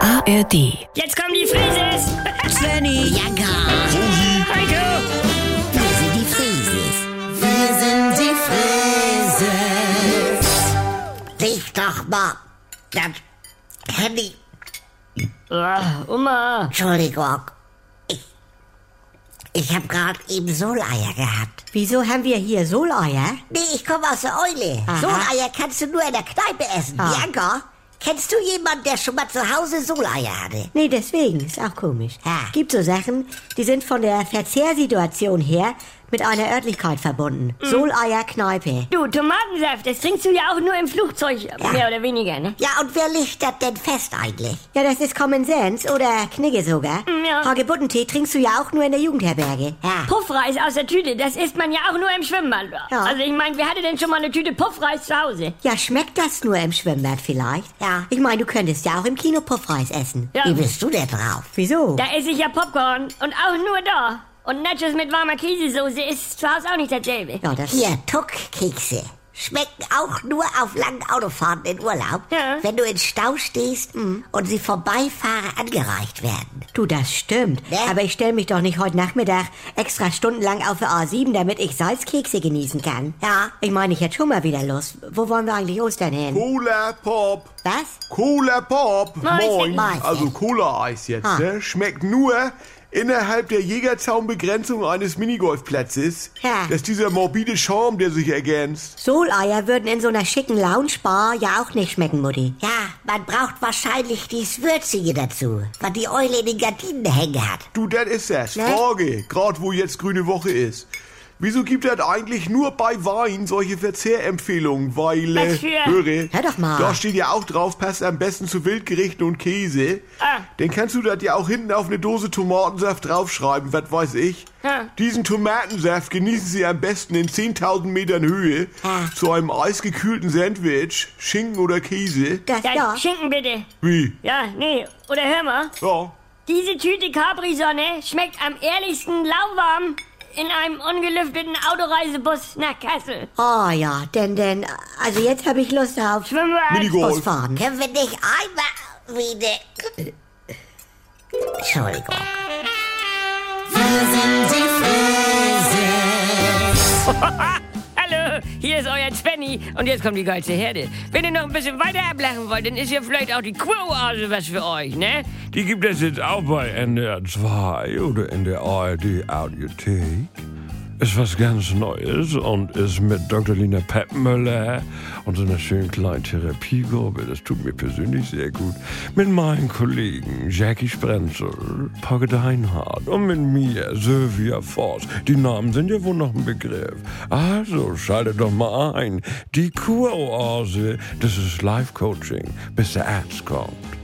ARD. Jetzt kommen die Frises! Svenny, Jagger, Heiko! wir sind die Frieses. Wir sind die Frieses. Riech doch mal das Handy. Ah, Oma! Entschuldigung. Ich, ich hab gerade eben Soleier gehabt. Wieso haben wir hier Soleier? Nee, ich komme aus der Eule. Aha. Soleier kannst du nur in der Kneipe essen. Ah. Jagger, kennst du jemanden, der schon mal zu Hause Soleier hatte? Nee, deswegen, ist auch komisch. Ja. Gibt so Sachen, die sind von der Verzehrsituation her mit einer Örtlichkeit verbunden. Soleier, Kneipe. Mhm. Du, Tomatensaft, das trinkst du ja auch nur im Flugzeug, mehr oder weniger, ne? Ja, und wer legt das denn fest eigentlich? Ja, das ist Common Sense oder Knigge sogar. Mm, ja. Hagebuttentee trinkst du ja auch nur in der Jugendherberge. Ja. Puffreis aus der Tüte, das isst man ja auch nur im Schwimmbad. Ja. Also ich meine, wer hatte denn schon mal eine Tüte Puffreis zu Hause? Ja, schmeckt das nur im Schwimmbad vielleicht? Ja. Ich meine, du könntest ja auch im Kino Puffreis essen. Ja, Wie bist du denn drauf? Wieso? da esse ich ja Popcorn und auch nur da. Und Nachos mit warmer Käsesoße ist zu Hause auch nicht dasselbe. ja, das... Hier, Tuckkekse. Schmecken auch nur auf langen Autofahrten in Urlaub, Ja. wenn du in Stau stehst Mhm. und sie Vorbeifahrer angereicht werden. Du, das stimmt. Ne? Aber ich stelle mich doch nicht heute Nachmittag extra stundenlang auf der A7, damit ich Salzkekse genießen kann. Ja. Ich meine, ich hätte schon mal wieder Lust. Wo wollen wir eigentlich Ostern hin? Cooler Pop. Was? Cooler Pop. Moin. Moin. Also Cola-Eis jetzt, Ah. ne? Schmeckt nur innerhalb der Jägerzaunbegrenzung eines Minigolfplatzes. Ja. Das ist dieser morbide Schaum, der sich ergänzt. Soleier würden in so einer schicken Lounge-Bar ja auch nicht schmecken, Mutti. Ja, man braucht wahrscheinlich dies Würzige dazu, was die Eule in den Gardinen hängen hat. Du, das ist das. Frage, gerade wo jetzt grüne Woche ist. Wieso gibt das eigentlich nur bei Wein solche Verzehrempfehlungen? Weil, äh, Was für- höre, Hör doch mal. da steht ja auch drauf, passt am besten zu Wildgerichten und Käse. Ah. Dann kannst du das ja auch hinten auf eine Dose Tomatensaft draufschreiben, was weiß ich. Ah. Diesen Tomatensaft genießen sie am besten in 10.000 Metern Höhe zu einem eisgekühlten Sandwich, Schinken oder Käse. Das Ja, ja. Schinken bitte. Wie? Ja, nee. Oder hör mal, Ja. diese Tüte Capri-Sonne schmeckt am ehrlichsten lauwarm in einem ungelüfteten Autoreisebus nach Kassel. Oh ja, denn, denn, also jetzt habe ich Lust auf Schwimmbad. Minigolf. Busfahren. Können wir nicht einmal wieder... Äh. Entschuldigung. Hallo, hier ist euer Svenny und jetzt kommt die geilste Herde. Wenn ihr noch ein bisschen weiter ablachen wollt, dann ist hier vielleicht auch die Quo-Oase was für euch, ne? Die gibt es jetzt auch bei NDR 2 oder in der ARD Audiothek. Ist was ganz Neues und ist mit Dr. Lina Peppmüller und so einer schönen kleinen Therapiegruppe, das tut mir persönlich sehr gut, mit meinen Kollegen Jackie Sprenzel, Pogge Deinhardt und mit mir, Sylvia Voss. Die Namen sind ja wohl noch ein Begriff. Also schaltet doch mal ein. Die Kuroase, das ist Life-Coaching, bis der Arzt kommt.